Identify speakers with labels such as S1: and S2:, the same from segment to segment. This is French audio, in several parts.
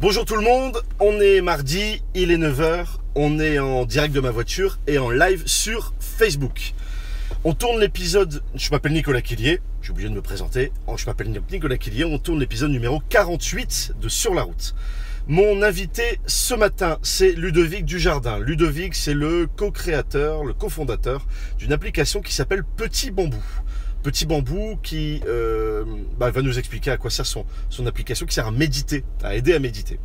S1: Bonjour tout le monde, on est mardi, il est 9h, on est en direct de ma voiture et en live sur Facebook. On tourne l'épisode, je m'appelle Nicolas Quillier, j'ai oublié de me présenter, Oh, je m'appelle Nicolas Quillier, on tourne l'épisode numéro 48 de Sur la route. Mon invité ce matin, c'est Ludovic Dujardin. Ludovic, c'est le co-créateur, le cofondateur d'une application qui s'appelle Petit Bambou. Petit Bambou qui euh, bah, va nous expliquer à quoi sert son, son application qui sert à méditer, à aider à méditer.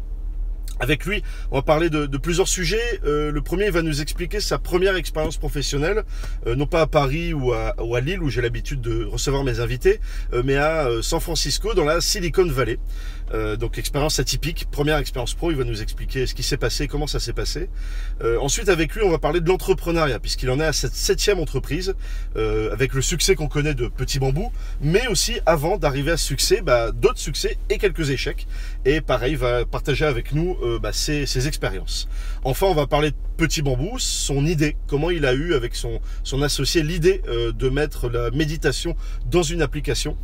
S1: Avec lui, on va parler de, de plusieurs sujets. Euh, le premier, il va nous expliquer sa première expérience professionnelle, euh, non pas à Paris ou à, ou à Lille où j'ai l'habitude de recevoir mes invités, euh, mais à euh, San Francisco dans la Silicon Valley. Euh, donc expérience atypique, première expérience pro. Il va nous expliquer ce qui s'est passé, comment ça s'est passé. Euh, ensuite, avec lui, on va parler de l'entrepreneuriat puisqu'il en est à cette septième entreprise euh, avec le succès qu'on connaît de Petit Bambou, mais aussi avant d'arriver à ce succès, bah, d'autres succès et quelques échecs. Et pareil, va partager avec nous euh, bah, ses, ses expériences. Enfin, on va parler de Petit Bambou, son idée, comment il a eu avec son, son associé l'idée euh, de mettre la méditation dans une application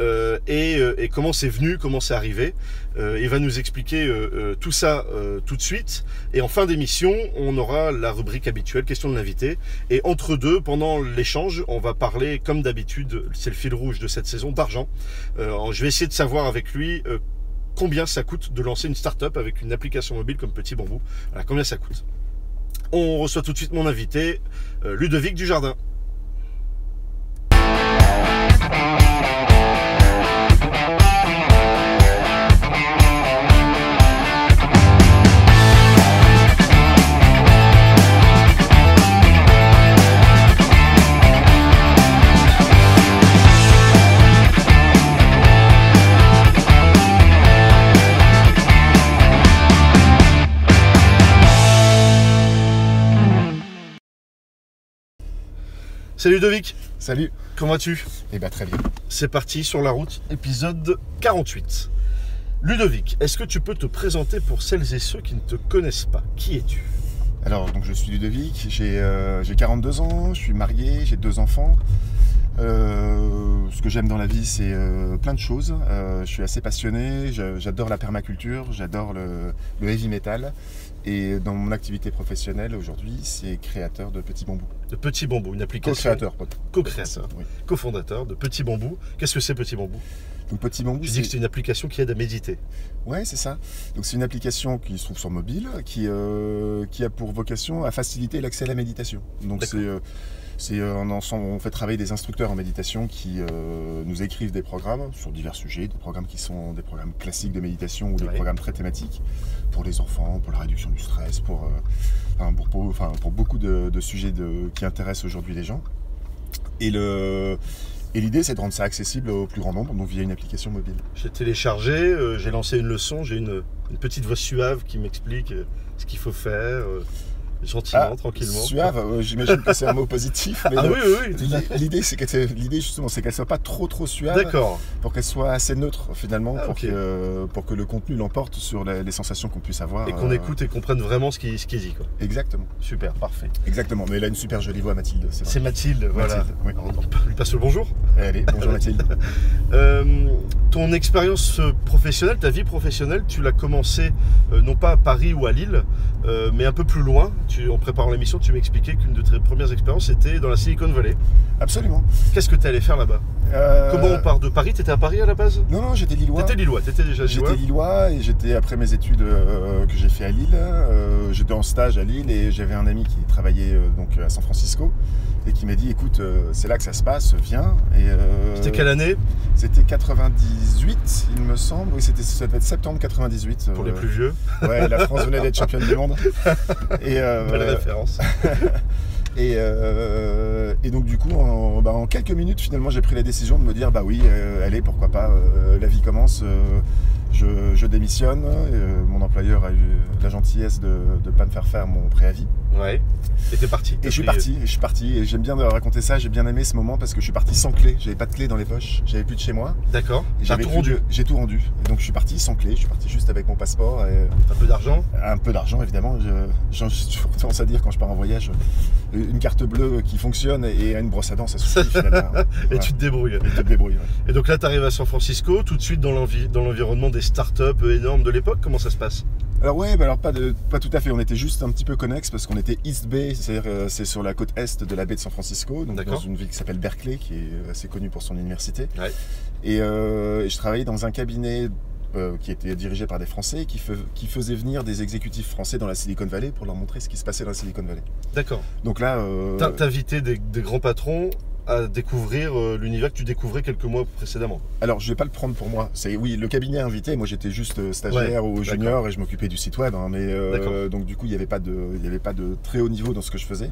S1: euh, et, euh, et comment c'est venu, comment c'est arrivé. Euh, il va nous expliquer euh, euh, tout ça euh, tout de suite. Et en fin d'émission, on aura la rubrique habituelle, question de l'invité. Et entre deux, pendant l'échange, on va parler, comme d'habitude, c'est le fil rouge de cette saison, d'argent. Euh, je vais essayer de savoir avec lui euh, combien ça coûte de lancer une start-up avec une application mobile comme Petit Bambou. Voilà, combien ça coûte. On reçoit tout de suite mon invité, euh, Ludovic Dujardin. Salut Ludovic,
S2: Salut
S1: comment vas-tu
S2: Eh bah très bien.
S1: C'est parti sur la route, épisode 48. Ludovic, est-ce que tu peux te présenter pour celles et ceux qui ne te connaissent pas Qui es-tu
S2: Alors donc je suis Ludovic, j'ai euh, j'ai 42 ans, je suis marié, j'ai deux enfants. Euh, ce que j'aime dans la vie c'est euh, plein de choses. Euh, je suis assez passionné, je- j'adore la permaculture, j'adore le, le heavy metal. Et dans mon activité professionnelle aujourd'hui c'est créateur de petits bambous.
S1: De Petit Bambou, une application.
S2: Co-créateur. pas-
S1: Co-créateur,
S2: Oui.
S1: cofondateur de Petit Bambou. Qu'est-ce que c'est Petit Bambou
S2: Donc petit bambou
S1: Tu dis que c'est une application qui aide à méditer.
S2: Ouais, c'est ça. Donc c'est une application qui se trouve sur mobile, qui, euh, qui a pour vocation à faciliter l'accès à la méditation. Donc c'est
S1: D'accord.
S2: euh, c'est euh, un ensemble. On fait travailler des instructeurs en méditation qui euh, nous écrivent des programmes sur divers sujets, des programmes qui sont des programmes classiques de méditation ou des
S1: Ouais.
S2: programmes très thématiques pour les enfants, pour la réduction du stress, pour euh, enfin, pour, pour- enfin, pour beaucoup de, de sujets de- qui intéressent aujourd'hui les gens. Et le et l'idée, c'est de rendre ça accessible au plus grand nombre, donc via une application mobile.
S1: J'ai téléchargé, euh, j'ai lancé une leçon, j'ai une, une petite voix suave qui m'explique euh, ce qu'il faut faire, euh, gentiment,
S2: Ah,
S1: tranquillement.
S2: Suave, euh, j'imagine que c'est un mot positif. Mais
S1: Ah
S2: euh,
S1: oui, oui, oui.
S2: l'i- L'idée, c'est qu'elle soit- l'idée justement, c'est qu'elle soit pas trop trop suave,
S1: D'accord.
S2: pour qu'elle soit assez neutre finalement,
S1: Ah,
S2: pour,
S1: ok.
S2: que, euh, pour que le contenu l'emporte sur la- les sensations qu'on puisse avoir.
S1: Et qu'on
S2: euh,
S1: écoute et comprenne vraiment ce qu'il ce qu'il dit. Quoi.
S2: Exactement,
S1: Super, parfait.
S2: exactement. Mais elle a une super jolie voix, Mathilde. C'est
S1: C'est
S2: vrai.
S1: Mathilde, voilà.
S2: Mathilde, oui.
S1: On on lui passe le bonjour.
S2: Allez, bonjour Mathilde.
S1: Euh, ton expérience euh, professionnelle, ta vie professionnelle, tu l'as commencée euh, non pas à Paris ou à Lille, euh, mais un peu plus loin. Tu, en préparant l'émission, tu m'expliquais qu'une de tes premières expériences était dans la Silicon Valley.
S2: Absolument.
S1: Qu'est-ce que tu allé faire là-bas
S2: Euh,
S1: Comment on part de Paris T'étais à Paris à la base
S2: Non, non, j'étais Lillois.
S1: T'étais Lillois, t'étais déjà Lillois.
S2: J'étais Lillois et j'étais après mes études euh, que j'ai fait à Lille. euh, j'étais en stage à Lille et j'avais un ami qui travaillait euh, donc à San Francisco et qui m'a dit écoute euh, c'est là que ça se passe, viens. Et, euh,
S1: C'était quelle année
S2: C'était 98 il me semble. Oui c'était ça devait être septembre 98.
S1: Pour
S2: euh,
S1: les plus vieux,
S2: Ouais la France venait d'être championne du monde. Et, euh,
S1: belle référence.
S2: et, euh, et donc du coup, en, bah, en quelques minutes, finalement, j'ai pris la décision de me dire, bah oui, euh, allez, pourquoi pas, euh, la vie commence, euh, je, je démissionne. Euh, mon employeur a eu la gentillesse de ne pas me faire faire mon préavis.
S1: Ouais. Et t'es parti.
S2: Et
S1: t'as
S2: je suis
S1: pris-
S2: parti, et je suis parti, et j'aime bien raconter ça, j'ai bien aimé ce moment parce que je suis parti sans clé, j'avais pas de clé dans les poches, j'avais plus de chez moi.
S1: euh, D'accord.
S2: et
S1: T'as
S2: j'avais
S1: tout
S2: plus
S1: rendu.
S2: de- J'ai tout rendu. Et donc je suis parti sans clé, je suis parti juste avec mon passeport et,
S1: Un peu d'argent.
S2: un peu d'argent évidemment, j'ai toujours tendance à dire quand je pars en voyage, une carte bleue qui fonctionne et une brosse à dents, ça suffit finalement.
S1: Et
S2: Ouais.
S1: tu te débrouilles.
S2: Et tu te débrouilles. ouais.
S1: Et donc là, t'arrives à San Francisco, tout de suite dans l'envi- dans l'environnement des start-up énormes de l'époque Comment ça se passe
S2: Alors ouais, bah alors pas, de, pas tout à fait. On était juste un petit peu connexe parce qu'on était East Bay, c'est-à-dire euh, c'est sur la côte est de la baie de San Francisco, donc
S1: D'accord.
S2: dans une ville qui s'appelle Berkeley, qui est euh, assez connue pour son université.
S1: Ouais.
S2: Et, euh, et je travaillais dans un cabinet euh, qui était dirigé par des Français, qui, fe- qui faisait venir des exécutifs français dans la Silicon Valley pour leur montrer ce qui se passait dans la Silicon Valley.
S1: D'accord.
S2: Donc là, euh,
S1: T'as T'invitais des, des grands patrons à découvrir euh, l'univers que tu découvrais quelques mois précédemment.
S2: alors je vais pas le prendre pour moi. C'est oui, le cabinet a invité. Moi, j'étais juste euh, stagiaire ou junior et je m'occupais du site web. hein, mais euh,
S1: D'accord.
S2: donc du coup, il n'y avait pas de, il y avait pas de très haut niveau dans ce que je faisais.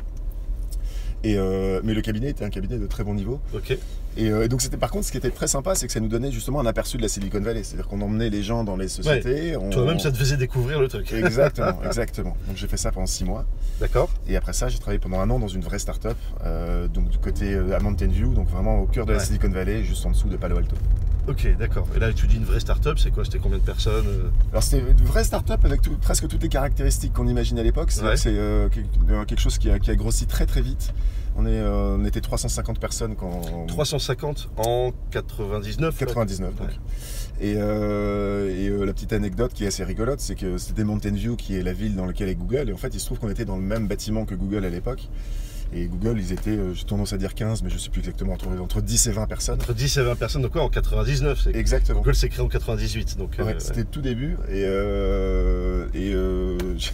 S2: Et euh, mais le cabinet était un cabinet de très bon niveau.
S1: Ok.
S2: Et, euh, et donc c'était par contre ce qui était très sympa, c'est que ça nous donnait justement un aperçu de la Silicon Valley. C'est-à-dire qu'on emmenait les gens dans les sociétés. on-
S1: Toi-même, ça te faisait découvrir le truc.
S2: Exactement, exactement. Donc j'ai fait ça pendant six mois.
S1: D'accord.
S2: Et après ça, j'ai travaillé pendant un an dans une vraie start-up, euh, donc du côté euh, à Mountain View, donc vraiment au cœur de la
S1: Ouais.
S2: Silicon Valley, juste en dessous de Palo Alto.
S1: Ok, d'accord. Et là, tu dis une vraie start-up, c'est quoi C'était combien de personnes euh
S2: Alors c'était une vraie start-up avec tout- presque toutes les caractéristiques qu'on imagine à l'époque. C'est-à-dire
S1: Ouais.
S2: que C'est euh, quelque- euh, quelque chose qui a, qui a grossi très très vite. On, est, euh, on était 350 personnes quand.
S1: 350 en 99 là.
S2: 99 donc.
S1: Ouais.
S2: Et, euh, et, euh, la petite anecdote qui est assez rigolote, c'est que c'était Mountain View qui est la ville dans laquelle est Google. Et en fait, il se trouve qu'on était dans le même bâtiment que Google à l'époque. Et Google, ils étaient, euh, j'ai tendance à dire 15, mais je sais plus exactement, entre, entre 10 et 20 personnes.
S1: Entre 10 et 20 personnes, donc quoi, en 99 c'est...
S2: Exactement.
S1: Google s'est créé en 98, donc... euh,
S2: Ouais, C'était tout début. Et, euh, et euh, j'ai-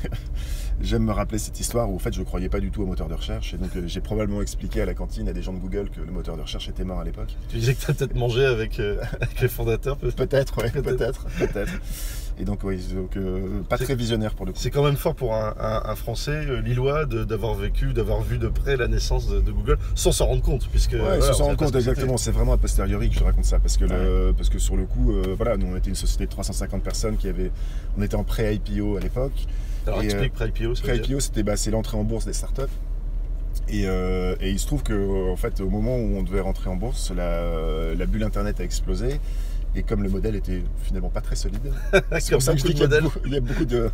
S2: j'aime me rappeler cette histoire où en fait, je croyais pas du tout au moteur de recherche. Et donc, euh, j'ai probablement expliqué à la cantine, à des gens de Google, que le moteur de recherche était mort à l'époque.
S1: Tu disais que t'as peut-être mangé avec, euh, avec les fondateurs. peut-
S2: Peut-être, ouais,
S1: Peut-être.
S2: peut-être, peut-être. Et donc, oui, donc, euh, pas
S1: C'est-
S2: très visionnaire pour le coup.
S1: C'est quand même fort pour un, un- un Français, euh, lillois, de- d'avoir vécu, d'avoir vu de près la naissance de, de Google, sans s'en rendre compte, puisque...
S2: Ouais,
S1: voilà,
S2: ils se
S1: on
S2: sont
S1: savait
S2: rendus
S1: pas ce
S2: compte
S1: que c'était.
S2: exactement, c'est vraiment a posteriori que je raconte ça, parce que, le- parce que sur le coup, euh, voilà, nous on était une société de 350 personnes qui avait, on était en pré-IPO à l'époque.
S1: Alors
S2: Et, euh,
S1: explique pré-IPO, ça veut dire
S2: Pré-IPO, c'était bah, c'est l'entrée en bourse des startups. Et, euh, et il se trouve que, euh, en fait, au moment où on devait rentrer en bourse, la, la bulle Internet a explosé. Et comme le modèle était finalement pas très solide, c'est
S1: Ah, Comme
S2: pour ça que je
S1: beaucoup de
S2: dis qu'il y a
S1: modèles.
S2: beaucoup- il y a beaucoup de,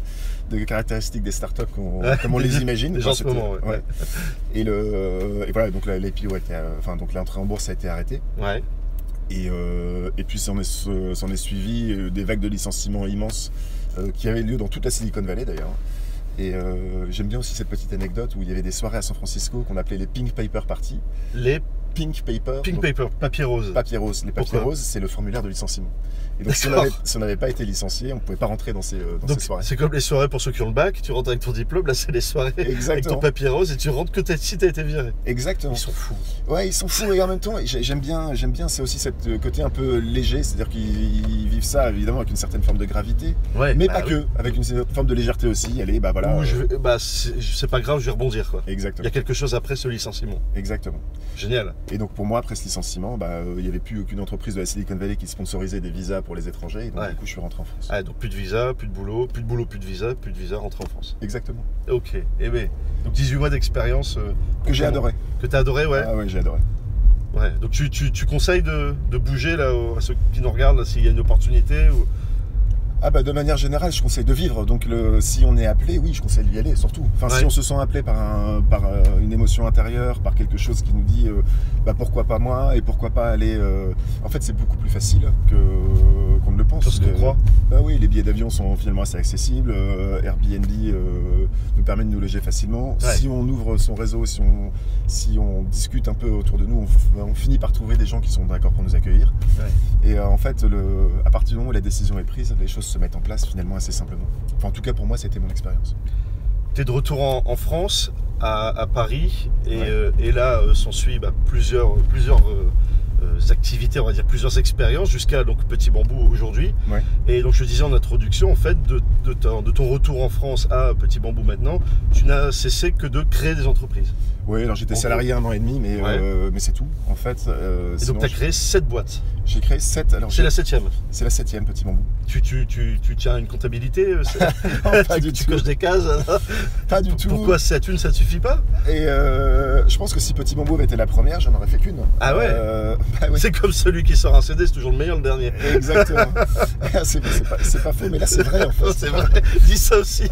S2: de caractéristiques des startups qu'on,
S1: Ouais,
S2: comme on
S1: des-
S2: les imagine.
S1: des
S2: Enfin,
S1: gens en ce
S2: c'était-
S1: moment, ouais.
S2: Et, le, et voilà, donc la- l'IPO a été, euh, enfin donc l'entrée en bourse a été arrêtée.
S1: Ouais,
S2: Et, euh, et puis s'en est, s'en est suivi euh, des vagues de licenciements immenses euh, qui avaient lieu dans toute la Silicon Valley d'ailleurs. Et euh, j'aime bien aussi cette petite anecdote où il y avait des soirées à San Francisco qu'on appelait les Pink Paper Party.
S1: les
S2: Pink Paper.
S1: pink
S2: donc
S1: paper, papier rose.
S2: Papier rose. Les papiers
S1: Pourquoi
S2: roses, c'est le formulaire de licenciement. Et donc, si on
S1: D'accord.
S2: n'avait pas été licencié, on ne pouvait pas rentrer dans ces, euh, dans
S1: Donc
S2: ces soirées.
S1: c'est comme les soirées pour ceux qui ont le bac, tu rentres avec ton diplôme, là c'est les soirées avec ton
S2: Exactement.
S1: papier rose et tu rentres que t'as- si t'as été viré.
S2: Exactement.
S1: Ils sont fous.
S2: Ouais, ils sont fous et en même temps, j'ai- j'aime bien, j'aime bien, c'est aussi cette euh, côté un peu léger, c'est-à-dire qu'ils ils vivent ça évidemment avec une certaine forme de gravité,
S1: Ouais,
S2: mais
S1: bah
S2: pas
S1: oui.
S2: que, avec une certaine forme de légèreté aussi. Allez, bah voilà.
S1: Ou je
S2: euh,
S1: vais- bah, c'est c'est pas grave, je vais rebondir quoi. Il y
S2: Exactement,
S1: a quelque chose après ce licenciement.
S2: exactement.
S1: Génial.
S2: Et donc pour moi, après ce licenciement, bah, euh, il n'y avait plus aucune entreprise de la Silicon Valley qui sponsorisait des visas pour les étrangers, et donc
S1: Ouais.
S2: du coup, je suis rentré en France.
S1: Ah, donc plus de visa, plus de boulot, plus de boulot, plus de visa, plus de visa, rentrer en France.
S2: Exactement.
S1: Ok, et eh ben, donc 18 mois d'expérience euh,
S2: Que j'ai
S1: Vraiment.
S2: adoré.
S1: que t'as adoré, ouais.
S2: Ah ouais, j'ai adoré.
S1: ouais. Donc tu, tu, tu conseilles de, de bouger là aux- à ceux qui nous regardent, là, s'il y a une opportunité ou...
S2: Ah bah de manière générale, je conseille de vivre. Donc le, si on est appelé, oui, je conseille d'y aller surtout. Enfin,
S1: Ouais.
S2: si on se sent appelé par, un- par euh, une émotion intérieure, par quelque chose qui nous dit euh, bah, pourquoi pas moi et pourquoi pas aller. euh, En fait, c'est beaucoup plus facile que qu'on ne le pense.
S1: Sur ce qu'on
S2: Les-
S1: croit.
S2: Bah oui, les billets d'avion sont finalement assez accessibles. euh, Airbnb euh, nous permet de nous loger facilement.
S1: Ouais.
S2: Si on ouvre son réseau, si on si on discute un peu autour de nous, on, f- on finit par trouver des gens qui sont d'accord pour nous accueillir. Et euh, en fait, le, à partir du moment où la décision est prise, les choses se mettent en place finalement assez simplement. Enfin, en tout cas, pour moi, c'était mon expérience.
S1: T'es de retour en, en France, à, à Paris, et,
S2: Ouais.
S1: euh, et là euh, s'en suit bah, plusieurs, plusieurs euh, euh, activités, on va dire plusieurs expériences, jusqu'à donc Petit Bambou aujourd'hui.
S2: Ouais.
S1: Et donc je disais en introduction, en fait, de, de ton, de ton retour en France à Petit Bambou maintenant, tu n'as cessé que de créer des entreprises.
S2: Oui, alors j'étais
S1: En
S2: salarié un an et demi, mais,
S1: Ouais.
S2: euh, mais c'est tout. En fait, euh,
S1: Et
S2: sinon,
S1: donc tu as créé sept boîtes.
S2: j'ai créé sept. Alors
S1: C'est
S2: j'ai-
S1: la septième.
S2: c'est la septième, petit bambou.
S1: Tu, tu, tu, tu tiens une comptabilité euh, c'est-
S2: Non, pas du
S1: Tu
S2: tout.
S1: coches des cases hein
S2: Pas du tout.
S1: Pourquoi 7 Une, ça ne suffit pas
S2: Et euh, je pense que si petit bambou avait été la première, j'en aurais fait qu'une.
S1: Ah ouais
S2: Euh, bah oui.
S1: C'est comme celui qui sort un CD, c'est toujours le meilleur, le dernier.
S2: Exactement. c'est c'est pas, c'est pas faux, mais là c'est vrai en fait.
S1: C'est vrai, dis ça aussi.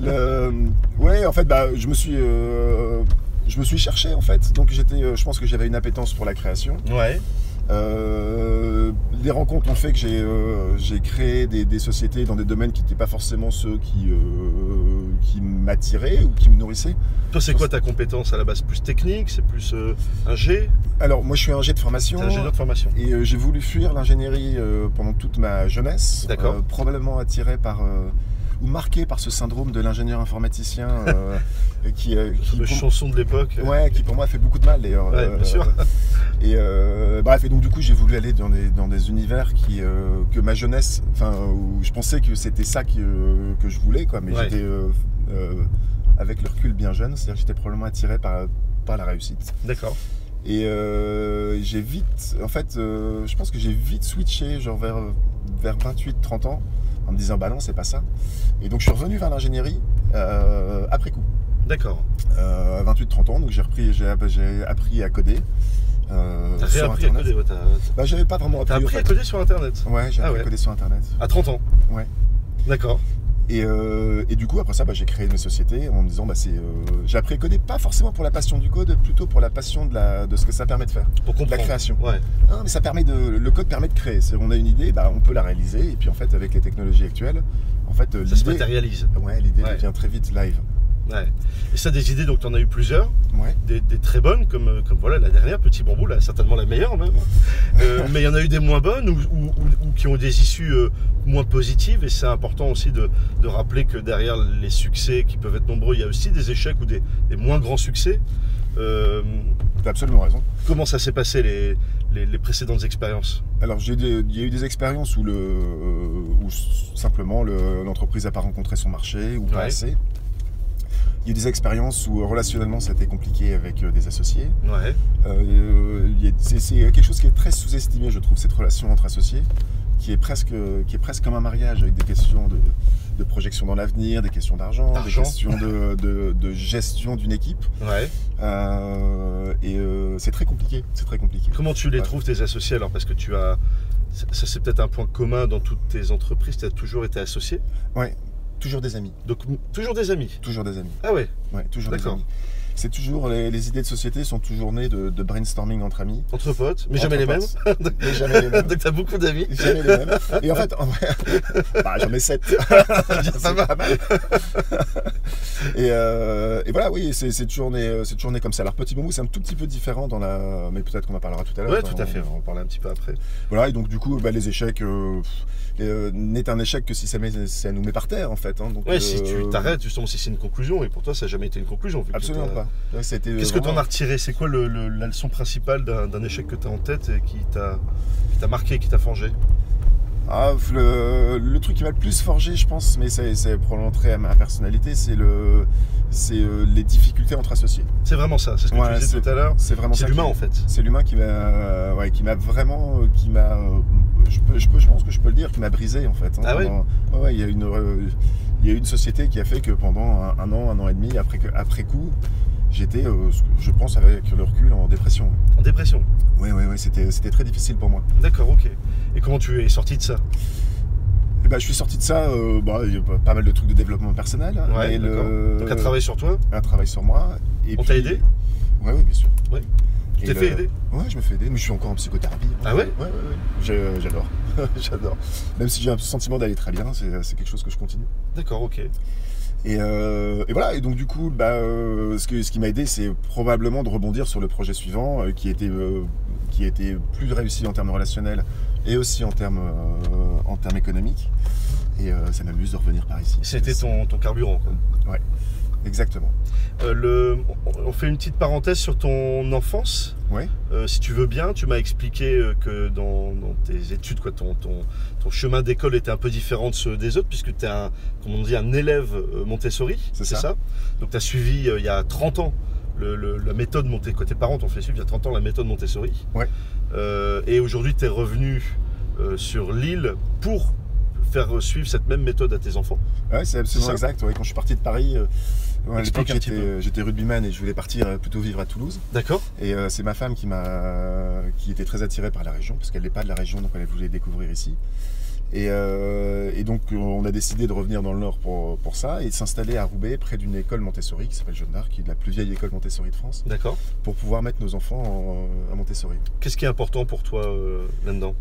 S2: Le- euh, Ouais, en fait, bah, je me suis, euh, je me suis cherché en fait. Donc j'étais, euh, je pense que j'avais une appétence pour la création.
S1: Ouais.
S2: Euh, les rencontres ont fait que j'ai euh, j'ai créé des, des sociétés dans des domaines qui n'étaient pas forcément ceux qui, euh, qui m'attiraient ou qui me nourrissaient.
S1: Toi, c'est quoi ta compétence à la base Plus technique C'est plus euh, un G
S2: Alors moi je suis ingé de
S1: T'es
S2: formation
S1: ingénieur de formation
S2: et euh, j'ai voulu fuir l'ingénierie euh, pendant toute ma jeunesse, euh,
S1: D'accord.
S2: probablement attiré par euh, ou marqué par ce syndrome de l'ingénieur informaticien euh, qui, euh,
S1: Une
S2: qui,
S1: fameuse
S2: pour-
S1: chanson de l'époque. euh,
S2: Ouais, euh, qui pour moi fait beaucoup de mal d'ailleurs.
S1: Ouais, bien sûr.
S2: Et euh, bref, et donc du coup, j'ai voulu aller dans des, dans des univers qui, euh, que ma jeunesse, enfin, où je pensais que c'était ça qui, euh, que je voulais, quoi. Mais
S1: Ouais.
S2: j'étais, euh, euh, avec le recul, bien jeune, c'est-à-dire que j'étais probablement attiré par, par la réussite.
S1: D'accord.
S2: Et euh, j'ai vite, en fait, euh, je pense que j'ai vite switché, genre vers, vers 28, 30 ans, en me disant, bah non, c'est pas ça. Et donc, je suis revenu vers l'ingénierie euh, après coup
S1: D'accord.
S2: euh, 28-30 ans, donc j'ai repris, j'ai, j'ai appris à coder. euh,
S1: T'as
S2: sur
S1: réappris à
S2: Internet.
S1: coder. ouais, t'as-
S2: Bah, j'avais pas vraiment
S1: T'as
S2: appris.
S1: appris
S2: en
S1: à
S2: fait.
S1: coder sur Internet
S2: Ouais, j'ai
S1: Ah
S2: appris
S1: ouais.
S2: à coder sur Internet.
S1: À 30 ans
S2: Ouais.
S1: D'accord.
S2: Et, euh, et du coup, après ça, bah, j'ai créé mes sociétés en me disant, bah, c'est, euh, j'ai appris à coder pas forcément pour la passion du code, plutôt pour la passion de, la, de ce que ça permet de faire,
S1: Pour
S2: de la
S1: comprendre.
S2: création.
S1: Ouais.
S2: Hein, mais ça permet de, le code permet de créer. C'est, on a une idée, bah, on peut la réaliser, et puis en fait, avec les technologies actuelles, en fait, euh,
S1: Ça se
S2: l'idée,
S1: matérialise.
S2: ouais, l'idée
S1: Ouais.
S2: devient très vite live.
S1: Ouais. Et ça, des idées, donc t'en as eu plusieurs.
S2: Ouais.
S1: des, des très bonnes, comme, euh, comme voilà la dernière, Petit Bambou, là, certainement la meilleure même. Euh, mais il y en a eu des moins bonnes ou, ou- ou- ou qui ont eu des issues euh, moins positives. Et c'est important aussi de, de rappeler que derrière les succès qui peuvent être nombreux, il y a aussi des échecs ou des, des moins grands succès. Euh,
S2: T'as absolument raison.
S1: comment ça s'est passé les, les, les précédentes expériences
S2: Alors, j'ai des- il y a eu des expériences où, le, euh, où s- simplement le- l'entreprise n'a pas rencontré son marché ou pas
S1: Ouais.
S2: assez. Il y a eu des expériences où euh, relationnellement ça a été compliqué avec euh, des associés.
S1: Ouais,
S2: Euh, il y a- c'est c'est quelque chose qui est très sous-estimé, je trouve, cette relation entre associés, qui est presque, qui est presque comme un mariage avec des questions de, de projection dans l'avenir, des questions d'argent, des
S1: D'argent.
S2: questions de, de- de gestion d'une équipe.
S1: ouais.
S2: Euh, et euh, c'est très compliqué. C'est très compliqué.
S1: Comment tu les
S2: Ouais.
S1: trouves tes associés alors Parce que tu as. Ça, ça, c'est peut-être un point commun dans toutes tes entreprises, tu as toujours été associé.
S2: Toujours des amis.
S1: Donc m- toujours des amis.
S2: Toujours des amis.
S1: Ah ouais,
S2: Ouais, toujours des
S1: D'accord.
S2: amis. C'est toujours les, les idées de société sont toujours nées de, de brainstorming entre amis.
S1: entre potes, mais jamais
S2: Entre
S1: les mêmes.
S2: potes. Mais jamais les mêmes.
S1: Donc t'as beaucoup d'amis.
S2: Jamais les mêmes. Et en fait, en vrai, bah, j'en ai sept. C'est
S1: Ça va.
S2: pas mal. et, euh, et voilà, oui, c'est c'est toujours, né- euh, c'est toujours né comme ça. Alors, Petit Bambou, c'est un tout petit peu différent dans la. Mais peut-être qu'on en parlera tout à l'heure.
S1: Ouais,
S2: Dans-
S1: tout à fait. On va en parler un petit peu après.
S2: Voilà, et donc, du coup, bah, les échecs. euh, pff, les, euh, n'est un échec que si ça, met- ça nous met par terre, en fait. hein. Donc,
S1: Ouais, si tu
S2: euh,
S1: t'arrêtes, justement, si c'est une conclusion, et pour toi, ça n'a jamais été une conclusion. vu que
S2: Absolument
S1: t'as-
S2: pas. Ouais, ça a été euh,
S1: Qu'est-ce que
S2: vraiment-
S1: t'en as retiré C'est quoi le- le- la leçon principale d'un d'un échec que t'as en tête et qui t'a qui t'a marqué, qui t'a forgé
S2: Ah, le, le truc qui m'a le plus forgé, je pense, mais c'est c'est probablement très à ma personnalité, c'est le, c'est euh, les difficultés entre associés.
S1: C'est vraiment ça, c'est ce que
S2: Ouais,
S1: tu disais
S2: c'est-
S1: tout à l'heure.
S2: C'est vraiment
S1: C'est
S2: ça. qui-
S1: l'humain en fait.
S2: C'est l'humain qui m'a, ouais, qui m'a vraiment, euh, qui m'a, euh, je peux, je peux, je pense que je peux le dire, qui m'a brisé en fait. hein,
S1: Ah ouais
S2: pendant- ouais, ouais, il y a une, euh, il y a une société qui a fait que pendant un, un an, un an et demi, après que, après coup, j'étais, euh, ce que je pense avec le recul, en dépression.
S1: En dépression.
S2: Oui, oui, oui, c'était, c'était très difficile pour moi.
S1: D'accord, ok. Et comment tu es sorti de ça
S2: Eh ben, je suis sorti de ça, euh, bah, il y a pas- pas mal de trucs de développement personnel. hein,
S1: Ouais,
S2: mais
S1: d'accord.
S2: le-
S1: Donc à travailler sur toi,
S2: un travail sur moi. Euh, Et
S1: On
S2: puis-
S1: t'a aidé
S2: Ouais, oui, bien sûr.
S1: Ouais. tu
S2: Et
S1: t'es
S2: le-
S1: fait aider.
S2: Ouais, je me fais aider, mais je suis encore en psychothérapie.
S1: Ah ouais
S2: Ouais, ouais, ouais. Je- J'adore. J'adore. Même si j'ai un sentiment d'aller très bien, c'est c'est quelque chose que je continue.
S1: D'accord, ok.
S2: Et, euh, et voilà, et donc du coup, bah, euh, ce, que- ce qui m'a aidé, c'est probablement de rebondir sur le projet suivant, euh, qui, était, euh, qui était plus réussi en termes relationnels et aussi en termes, euh, en termes économiques. Et euh, ça m'amuse de revenir par ici.
S1: C'était ton, ton carburant. Quoi.
S2: Exactement.
S1: Euh, le, on- on fait une petite parenthèse sur ton enfance.
S2: Ouais.
S1: Euh, si tu veux bien, tu m'as expliqué euh, que dans, dans tes études, quoi, ton, ton- ton chemin d'école était un peu différent de ceux des autres, puisque tu es un, comme on dit, un élève euh, Montessori,
S2: C'est
S1: c'est ça.
S2: ça.
S1: Donc tu as suivi euh, il y a 30 ans le- le- la méthode Montessori, tes parents t'ont fait suivre il y a 30 ans la méthode Montessori.
S2: Ouais.
S1: Euh, et aujourd'hui, tu es revenu euh, sur l'île pour faire euh, suivre cette même méthode à tes enfants.
S2: Ah Ouais, c'est absolument
S1: ça
S2: exact. Ouais, quand je suis parti de Paris, euh, ouais, à
S1: Explique
S2: l'époque,
S1: un petit
S2: j'étais euh, j'étais rugbyman et je voulais partir euh, plutôt vivre à Toulouse.
S1: D'accord
S2: Et euh, c'est ma femme qui m'a, qui était très attirée par la région parce qu'elle n'est pas de la région, donc elle voulait découvrir ici. Et, euh, et donc, on a décidé de revenir dans le Nord pour, pour ça et de s'installer à Roubaix, près d'une école Montessori qui s'appelle Jeanne d'Arc, qui est la plus vieille école Montessori de France,
S1: D'accord.
S2: pour pouvoir mettre nos enfants en- euh, à Montessori.
S1: Qu'est-ce qui est important pour toi euh, là-dedans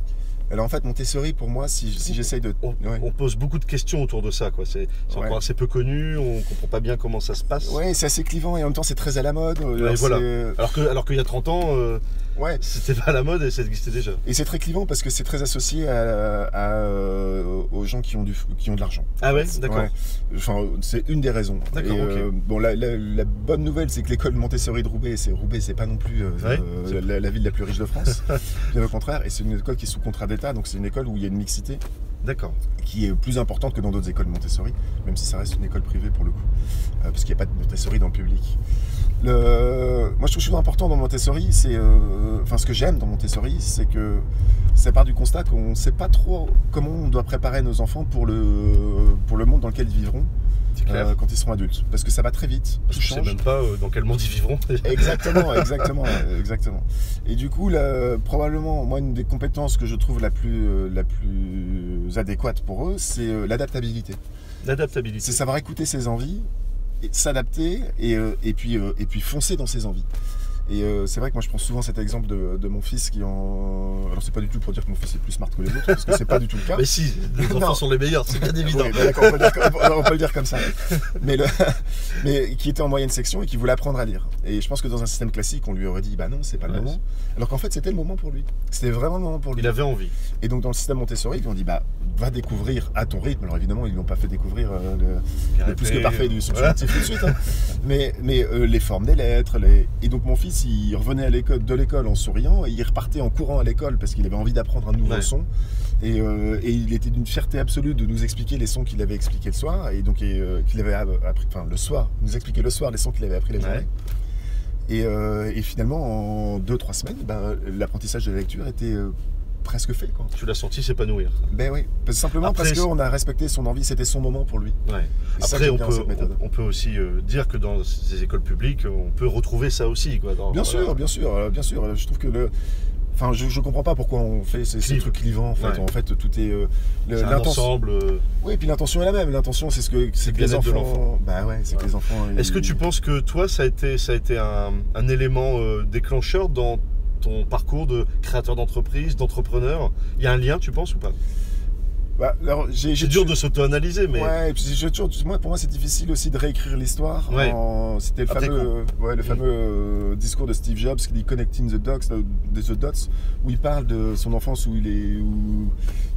S2: Alors, en fait, Montessori, pour moi, si, si j'essaye de.
S1: on,
S2: Ouais.
S1: on pose beaucoup de questions autour de ça, quoi. C'est c'est
S2: Ouais.
S1: encore assez peu connu, on comprend pas bien comment ça se passe.
S2: Ouais, c'est assez clivant et en même temps, c'est très à la mode. Alors,
S1: voilà.
S2: c'est-
S1: Alors que, alors qu'il y a 30 ans, euh,
S2: Ouais.
S1: c'était pas à la mode et ça existait déjà.
S2: Et c'est très clivant parce que c'est très associé à, à, euh, aux gens qui ont, du, qui ont de l'argent.
S1: Ah ouais, d'accord.
S2: Ouais. Enfin, c'est une des raisons.
S1: D'accord,
S2: Et, euh, bon, la, la- la bonne nouvelle, c'est que l'école Montessori de Roubaix, c'est Roubaix, c'est pas non plus euh,
S1: Ouais,
S2: euh,
S1: c'est-
S2: la, la ville la plus riche de France. Bien au contraire, et c'est une école qui est sous contrat d'État, donc c'est une école où il y a une mixité
S1: D'accord.
S2: qui est plus importante que dans d'autres écoles Montessori, même si ça reste une école privée pour le coup, euh, parce qu'il n'y a pas de Montessori dans le public. Le- Moi, je trouve que important dans Montessori, c'est, euh, enfin, ce que j'aime dans Montessori, c'est que ça part du constat qu'on ne sait pas trop comment on doit préparer nos enfants pour le pour le monde dans lequel ils vivront
S1: C'est clair.
S2: euh, quand ils seront adultes, parce que ça va très vite,
S1: Parce
S2: tout
S1: que je sais
S2: change.
S1: même pas euh, dans quel monde ils vivront.
S2: Exactement, exactement, euh, exactement. Et du coup, là, probablement, moi, une des compétences que je trouve la plus, euh, la plus adéquate pour eux, c'est euh, l'adaptabilité.
S1: L'adaptabilité.
S2: C'est savoir écouter ses envies, et s'adapter et, euh, et, puis, euh, et puis foncer dans ses envies. Et euh, c'est vrai que moi je prends souvent cet exemple de, de mon fils qui en. Alors c'est pas du tout pour dire que mon fils est plus smart que les autres, parce que c'est pas du tout le cas.
S1: Mais si, les
S2: Non.
S1: enfants sont les meilleurs, c'est bien évident.
S2: Oui, bah d'accord, on, peut le dire comme- on peut le dire comme ça. Mais, le- mais qui était en moyenne section et qui voulait apprendre à lire. Et je pense que dans un système classique, on lui aurait dit, bah non, c'est pas le
S1: Ouais,
S2: moment. Alors qu'en fait, c'était le moment pour lui. C'était vraiment le moment pour lui.
S1: Il avait envie.
S2: Et donc dans le système Montessori, ils lui ont dit, bah va découvrir à ton rythme. Alors évidemment, ils l'ont pas fait découvrir euh, le, le plus que parfait du
S1: Voilà.
S2: subjonctif tout de suite. hein. Mais, mais euh, les formes des lettres. les- Et donc mon fils, il revenait à l'école, de l'école en souriant et il repartait en courant à l'école parce qu'il avait envie d'apprendre un nouveau
S1: Ouais.
S2: son. Et, euh, et il était d'une fierté absolue de nous expliquer les sons qu'il avait expliqués le soir et donc et, euh, qu'il avait app- appris, enfin le soir, nous expliquer le soir les sons qu'il avait appris la
S1: Ouais.
S2: journée. Et, euh, et finalement, en 2-3 semaines, ben, l'apprentissage de la lecture était euh, presque fait. Quoi.
S1: euh, Tu l'as senti s'épanouir.
S2: Ben oui, parce- simplement
S1: Après,
S2: parce
S1: c'est-
S2: qu'on a respecté son envie, c'était son moment pour lui.
S1: Ouais.
S2: Et ça,
S1: Après,
S2: j'aime
S1: on
S2: bien
S1: peut,
S2: cette méthode.
S1: on, on peut aussi euh, dire que dans ces écoles publiques, on peut retrouver ça aussi. Quoi, dans-
S2: Bien
S1: voilà.
S2: sûr, bien sûr, euh, bien sûr. euh, Je trouve que le. Enfin, je, je comprends pas pourquoi on fait ces, ces
S1: Clive.
S2: trucs clivants. En fait,
S1: Ouais.
S2: en fait tout est. euh, le-
S1: C'est un
S2: l'intention.
S1: ensemble. euh,
S2: Oui, puis l'intention est la même. L'intention, c'est ce que, c'est que les
S1: bien-être de
S2: enfants. Bah ouais, c'est que
S1: Ouais.
S2: les enfants.
S1: Est-ce que
S2: ils-
S1: tu penses que toi, ça a été, ça a été un, un élément euh, déclencheur dans ton parcours de créateur d'entreprise, d'entrepreneur Il y a un lien, tu penses ou pas
S2: Bah, alors, j'ai,
S1: C'est
S2: j'ai
S1: dur de s'auto-analyser, mais
S2: Ouais, et puis j'ai toujours. Moi, pour moi, c'est difficile aussi de réécrire l'histoire.
S1: Ouais.
S2: en- C'était le
S1: Après
S2: fameux, ouais, le
S1: Mm.
S2: fameux euh, discours de Steve Jobs qui dit Connecting the Dots, de The Dots, où il parle de son enfance où il est, où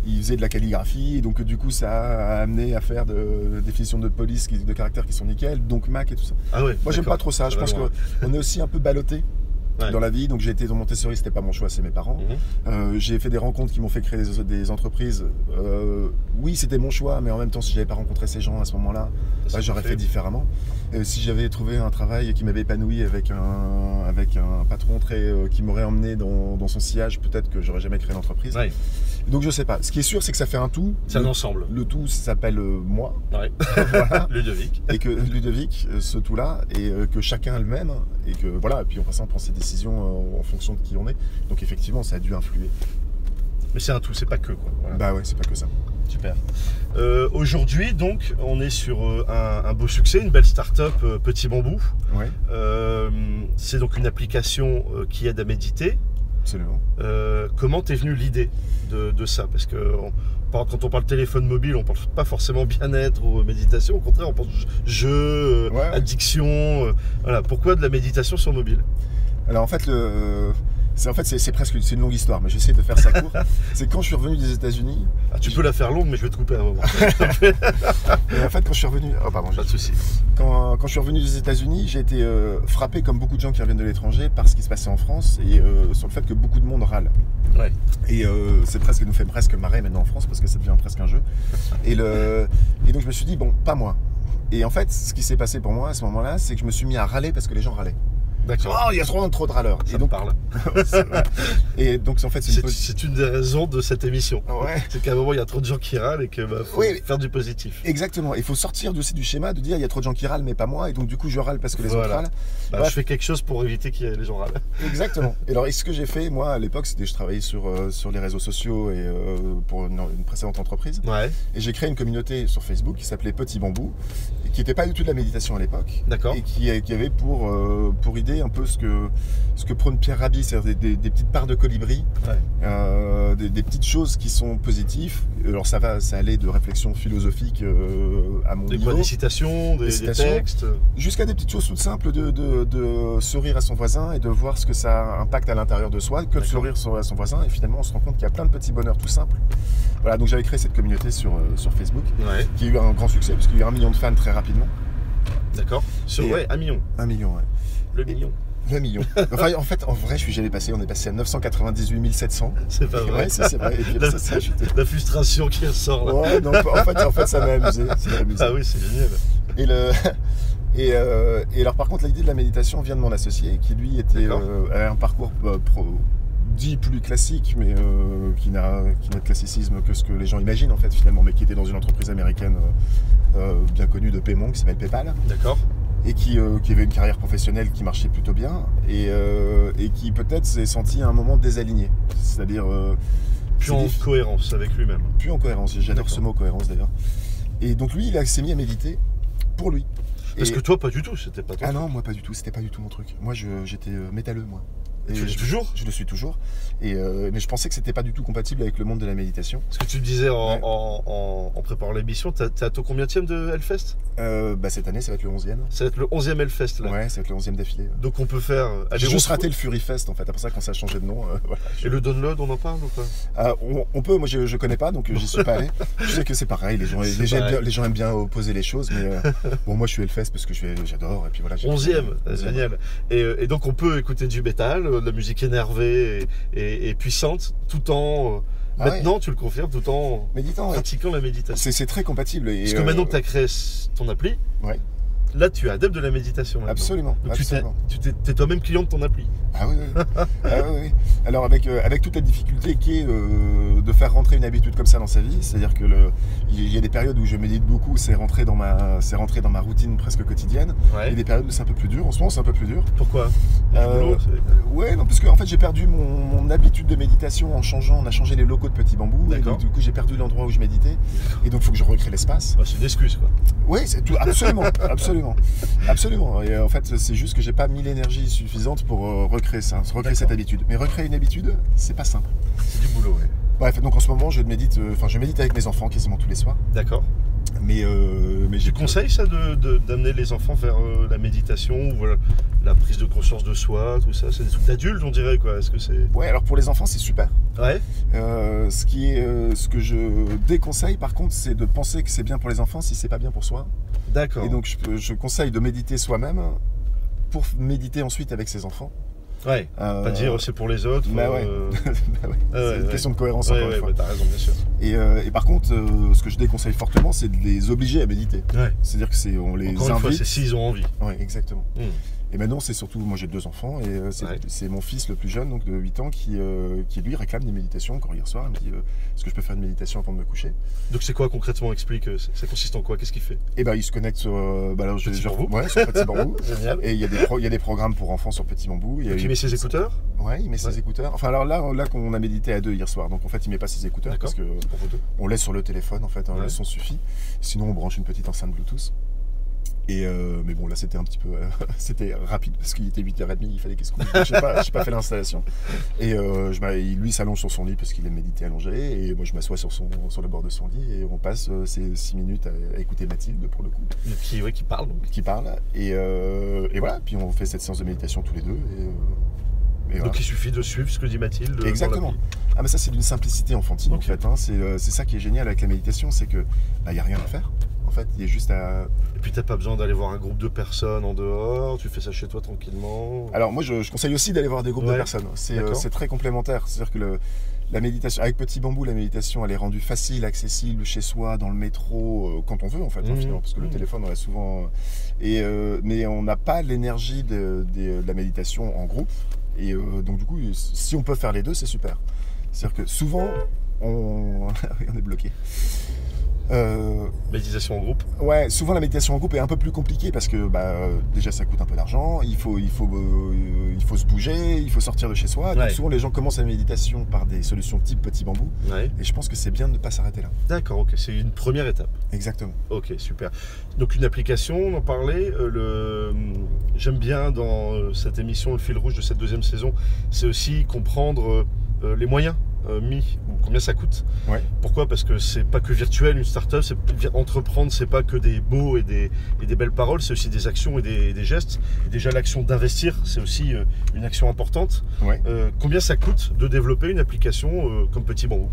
S2: il faisait de la calligraphie, et donc euh, du coup, ça a amené à faire de, des définitions de police, qui- de caractères qui sont nickel, donc Mac et tout ça.
S1: ah ouais.
S2: Moi, j'aime
S1: d'accord.
S2: pas trop ça.
S1: Ça
S2: Je
S1: va
S2: pense
S1: loin.
S2: qu'on est aussi un peu ballotté.
S1: Ouais.
S2: Dans la vie, donc j'ai été dans Montessori, c'était pas mon choix, c'est mes parents.
S1: Mhm.
S2: Euh, j'ai fait des rencontres qui m'ont fait créer des, des entreprises. Euh, oui, c'était mon choix, mais en même temps, si j'avais pas rencontré ces gens à ce moment-là, bah,
S1: Ça
S2: j'aurais
S1: fait-
S2: fait différemment. Euh, si j'avais trouvé un travail qui m'avait épanoui avec un, avec un patron très, euh, qui m'aurait emmené dans, dans son sillage, peut-être que j'aurais jamais créé l'entreprise.
S1: Ouais.
S2: Donc je sais pas. Ce qui est sûr, c'est que ça fait un tout.
S1: C'est un
S2: le,
S1: ensemble.
S2: le tout s'appelle euh, moi.
S1: Ouais.
S2: Voilà
S1: Ludovic.
S2: et que Ludovic, euh, ce tout-là, et euh, que chacun a le même, et que voilà, et puis en passant, on prend ses décisions euh, en fonction de qui on est. Donc effectivement, ça a dû influer.
S1: Mais c'est un tout, c'est pas que quoi. Voilà.
S2: Bah ouais, c'est pas que ça.
S1: Super. Euh, Aujourd'hui, donc, on est sur euh, un, un beau succès, une belle start-up euh, Petit Bambou.
S2: Ouais,
S1: Euh, c'est donc une application euh, qui aide à méditer.
S2: absolument.
S1: Euh, comment t'es venue l'idée de, de ça Parce que on parle- quand on parle téléphone mobile, on parle pas forcément bien-être ou euh, méditation. Au contraire, on pense j- jeu, euh,
S2: Ouais.
S1: addiction. euh, voilà. Pourquoi de la méditation sur mobile
S2: Alors en fait, le. C'est, en fait, c'est, c'est presque c'est une longue histoire, mais j'essaie de faire ça court. c'est quand je suis revenu des États-Unis.
S1: Ah, Tu peux la faire longue, mais je vais te couper à un moment.
S2: Et en fait, quand je suis revenu. Oh, pardon, j'ai-
S1: pas de souci.
S2: quand, quand je suis revenu des États-Unis, j'ai été euh, frappé, comme beaucoup de gens qui reviennent de l'étranger, par ce qui se passait en France et euh, sur le fait que beaucoup de monde râle.
S1: Ouais.
S2: Et euh, c'est presque, nous fait presque marrer maintenant en France parce que ça devient presque un jeu. Et, le, et donc je me suis dit, bon, pas moi. Et en fait, ce qui s'est passé pour moi à ce moment-là, c'est que je me suis mis à râler parce que les gens râlaient.
S1: D'accord.
S2: Oh, il y a trop, trop de râleurs.
S1: Ça
S2: Et
S1: me
S2: donc,
S1: parle.
S2: et donc, en fait, c'est
S1: C'est
S2: une posi-
S1: c'est une des raisons de cette émission.
S2: Ouais.
S1: C'est qu'à un moment, il y a trop de gens qui râlent et que bah, faut
S2: Oui.
S1: faire du positif.
S2: Exactement. Il faut sortir de- aussi du schéma de dire il y a trop de gens qui râlent, mais pas moi. Et donc, du coup, je râle parce que les autres
S1: Voilà.
S2: râlent.
S1: Bah,
S2: Bref.
S1: Je fais quelque chose pour éviter que les gens râlent.
S2: Exactement. Et alors, et ce que j'ai fait, moi, à l'époque, c'était je travaillais sur, euh, sur les réseaux sociaux et euh, pour une, une précédente entreprise.
S1: Ouais,
S2: Et j'ai créé une communauté sur Facebook qui s'appelait Petit Bambou, et qui n'était pas du tout de la méditation à l'époque.
S1: d'accord.
S2: Et qui, qui avait pour, euh, pour idée un peu ce que, ce que prône Pierre Rabhi, c'est-à-dire des, des- des petites parts de colibri,
S1: Ouais.
S2: euh, des, des petites choses qui sont positives. Alors ça va, ça allait de réflexion philosophique euh, à mon
S1: Des, quoi,
S2: niveau,
S1: des citations, des,
S2: Des
S1: des
S2: citations.
S1: textes.
S2: jusqu'à des petites choses toutes simples de, de- de sourire à son voisin et de voir ce que ça impacte à l'intérieur de soi, que de
S1: D'accord.
S2: sourire sur- à son voisin. Et finalement, on se rend compte qu'il y a plein de petits bonheurs tout simples. Voilà, donc j'avais créé cette communauté sur, euh, sur Facebook,
S1: Ouais,
S2: qui a eu un grand succès, parce qu'il y a eu un million de fans très rapidement.
S1: d'accord. Sur
S2: Et-
S1: ouais, un million.
S2: Un million, ouais.
S1: Le million.
S2: Le million. Enfin, en fait, en vrai, je suis jamais passé. On est passé à 998 700.
S1: C'est pas vrai.
S2: Ah Ouais, si, c'est vrai. Et puis,
S1: La-
S2: ça, ça a chuté.
S1: La frustration qui ressort là.
S2: Ouais, donc, en fait, en fait, ça m'a amusé. Ça m'a amusé.
S1: Ah oui, c'est génial.
S2: Et, le... et, euh, et alors, par contre, l'idée de la méditation vient de mon associé, qui lui était
S1: D'accord.
S2: euh, avait un parcours euh, pro- dit plus classique, mais euh, qui n'a qui n'a de classicisme que ce que les gens imaginent, en fait, finalement, mais qui était dans une entreprise américaine euh, euh, bien connue de paiement, qui s'appelle PayPal.
S1: D'accord.
S2: et qui, euh, qui avait une carrière professionnelle qui marchait plutôt bien et, euh, et qui peut-être s'est senti à un moment désaligné, c'est-à-dire euh,
S1: Puis
S2: C'est
S1: en
S2: diff-
S1: cohérence avec lui-même.
S2: plus en cohérence. J'adore
S1: D'accord.
S2: ce mot cohérence d'ailleurs. Et donc lui, il a- s'est mis à méditer pour lui.
S1: Parce
S2: Et-
S1: que toi, pas du tout. C'était pas toi.
S2: ah non, moi pas du tout, c'était pas du tout mon truc. Moi je- j'étais euh, métalleux moi. Et
S1: tu le dis
S2: je,
S1: toujours
S2: je le suis toujours. Et, euh, mais je pensais que c'était pas du tout compatible avec le monde de la méditation.
S1: Parce que tu me disais en,
S2: Ouais.
S1: en- en- en préparant l'émission, t'as- t'es à ton combien de Hellfest
S2: Euh, bah cette année, ça va être le 11e.
S1: Ça va être le 11e Hellfest là.
S2: Ouais, ça va être le 11e d'affilée.
S1: Donc on peut faire. euh, aller
S2: J'ai juste
S1: retrouver-
S2: raté le Fury Fest en fait, c'est pour ça qu'on s'est changé de nom. euh, voilà.
S1: Et le download, on en parle ou pas
S2: Euh, on, on peut, moi je, je connais pas donc euh, j'y suis pas allé. Je sais que c'est pareil, les gens, les,
S1: C'est
S2: gens aiment
S1: pareil.
S2: bien, les gens aiment bien opposer les choses, mais euh, bon, moi je suis Hellfest parce que je vais- j'adore et puis voilà. j'ai-
S1: 11e, euh,
S2: Onzième.
S1: génial. Et, euh, et donc on peut écouter du métal, euh, de la musique énervée et, et- et puissante, tout en. euh,
S2: Ah ouais.
S1: maintenant, tu le confirmes, tout en
S2: Méditant, ouais.
S1: pratiquant la méditation.
S2: c'est c'est très compatible. Et,
S1: Parce que
S2: euh,
S1: maintenant que tu as créé c- ton appli,
S2: Ouais.
S1: là tu es adepte de la méditation. maintenant.
S2: Absolument,
S1: Donc tu t'es-
S2: absolument.
S1: tu t'es t'es toi-même client de ton appli.
S2: Ah oui, oui. Ah oui, oui. Alors avec, euh, avec toute la difficulté qui est euh, de faire rentrer une habitude comme ça dans sa vie, c'est-à-dire que le- il y a des périodes où je médite beaucoup, c'est rentré dans ma, c'est rentré dans ma routine presque quotidienne. Il y
S1: Ouais.
S2: a des périodes où c'est un peu plus dur. En ce moment, c'est un peu plus dur.
S1: Pourquoi Du
S2: Euh,
S1: boulot, c'est- bah,
S2: Ouais, non, parce que en fait j'ai perdu mon, mon habitude de méditation en changeant, on a changé les locaux de Petit Bambou, et
S1: D'accord.
S2: donc, du coup j'ai perdu l'endroit où je méditais, et donc il faut que je recrée l'espace.
S1: bah, c'est une excuse quoi.
S2: Oui, c'est tout, absolument, absolument, absolument. Et euh, en fait c'est juste que j'ai pas mis l'énergie suffisante pour euh, recréer ça, recréer
S1: D'accord.
S2: cette habitude. Mais recréer une habitude, c'est pas simple.
S1: C'est du boulot, ouais.
S2: Bref, donc en ce moment je médite, euh, enfin je médite avec mes enfants quasiment tous les soirs,
S1: D'accord.
S2: mais euh, mais j'ai
S1: Tu conseilles ça de- de- d'amener les enfants vers euh, la méditation, ou voilà, la prise de conscience de soi, tout ça C'est des trucs d'adultes, on dirait quoi. Est-ce que c'est.
S2: Ouais, alors pour les enfants c'est super.
S1: Ouais,
S2: Euh, ce qui est, euh, ce que je déconseille par contre, c'est de penser que c'est bien pour les enfants si c'est pas bien pour soi.
S1: d'accord.
S2: Et donc, je, peux- je conseille de méditer soi-même pour f- méditer ensuite avec ses enfants.
S1: Ouais,
S2: Euh,
S1: pas dire c'est pour les autres.
S2: bah ouais.
S1: euh, ah
S2: Bah ouais,
S1: ouais,
S2: c'est une
S1: ouais.
S2: question de cohérence
S1: Ouais,
S2: encore
S1: ouais,
S2: une fois.
S1: bah, t'as raison, bien sûr.
S2: Et, euh, et par contre, euh, ce que je déconseille fortement, c'est de les obliger à méditer.
S1: Ouais.
S2: C'est-à-dire que c'est on les
S1: Encore une fois,
S2: invite.
S1: c'est s'ils ont envie.
S2: ouais, exactement. Et maintenant, c'est surtout moi j'ai deux enfants et euh, c'est
S1: Ouais.
S2: c'est mon fils le plus jeune, donc de 8 ans, qui, euh, qui lui réclame des méditations. Encore hier soir, il me dit euh, est-ce que je peux faire une méditation avant de me coucher
S1: Donc c'est quoi concrètement Explique, euh, ça ça consiste en quoi Qu'est-ce qu'il fait
S2: Et ben il se connecte sur. euh, bah, alors, je-
S1: Petit
S2: je-
S1: Bambou.
S2: Ouais, sur Petit Bambou.
S1: Génial.
S2: Et il y, a des pro- il y a des programmes pour enfants sur Petit Bambou. Il y a
S1: Donc il
S2: eu-
S1: met ses écouteurs
S2: Ouais, il met ses
S1: Ouais.
S2: écouteurs. Enfin, alors là, là qu'on a médité à deux hier soir, donc en fait, il met pas ses écouteurs
S1: D'accord.
S2: parce que
S1: pour vous deux.
S2: on laisse sur le téléphone, en fait, hein,
S1: Ouais.
S2: le son suffit. Sinon, on branche une petite enceinte Bluetooth. Et euh, mais bon, là, c'était un petit peu, euh, c'était rapide parce qu'il était 8h30, il fallait qu'il se couche. Je n'ai pas, j'ai pas fait l'installation. Et euh, je, m'a- il- lui s'allonge sur son lit parce qu'il aime méditer allongé, et moi, je m'assois sur son, sur le bord de son lit, et on passe euh, ces 6 minutes à, à écouter Mathilde pour le coup,
S1: Donc, Qui, ouais, qui parle donc.
S2: qui parle. Et, euh, et voilà, puis on fait cette séance de méditation tous les deux. Et, euh, et voilà.
S1: Donc il suffit de suivre ce que dit Mathilde. euh, dans
S2: Exactement.
S1: l'appli.
S2: Ah mais ça c'est d'une simplicité enfantine
S1: Ok.
S2: en fait. hein. C'est euh, c'est ça qui est génial avec la méditation, c'est que bah, y a rien à faire. En fait, il y a juste à.
S1: Et puis t'as pas besoin d'aller voir un groupe de personnes en dehors, tu fais ça chez toi tranquillement.
S2: Alors moi je, je conseille aussi d'aller voir des groupes
S1: Oh. Ouais.
S2: de personnes. C'est euh,
S1: D'accord.
S2: c'est très complémentaire. C'est-à-dire que le- La méditation, avec Petit Bambou, la méditation, elle est rendue facile, accessible chez soi, dans le métro, euh, quand on veut en fait, hein,
S1: Mhm.
S2: finalement, parce que le
S1: Mhm.
S2: téléphone, on l'a souvent. Et, euh, mais on n'a pas l'énergie de, des- de la méditation en groupe. Et euh, donc, du coup, si on peut faire les deux, c'est super. C'est-à-dire que souvent, on, Ah on est bloqué. Euh,
S1: Méditation en groupe.
S2: Ouais, souvent la méditation en groupe est un peu plus compliquée parce que bah, euh, déjà ça coûte un peu d'argent, il faut, il, faut, euh, il faut se bouger, il faut sortir de chez soi. Donc
S1: Ouais.
S2: souvent les gens commencent la méditation par des solutions type petit bambou
S1: Ouais.
S2: et je pense que c'est bien de ne pas s'arrêter là.
S1: D'accord, ok, c'est une première étape.
S2: Exactement.
S1: Ok, super. Donc une application, on en parlait. euh, le... J'aime bien dans euh, cette émission, le fil rouge de cette deuxième saison, c'est aussi comprendre euh, euh, les moyens euh, mis ou combien ça coûte.
S2: Ouais.
S1: Pourquoi Parce que c'est pas que virtuel, une start-up, c'est entreprendre, c'est pas que des beaux et des, et des belles paroles, c'est aussi des actions et des, et des gestes. Et déjà l'action d'investir, c'est aussi euh, une action importante.
S2: Ouais.
S1: Euh, combien ça coûte de développer une application euh, comme Petit Bambou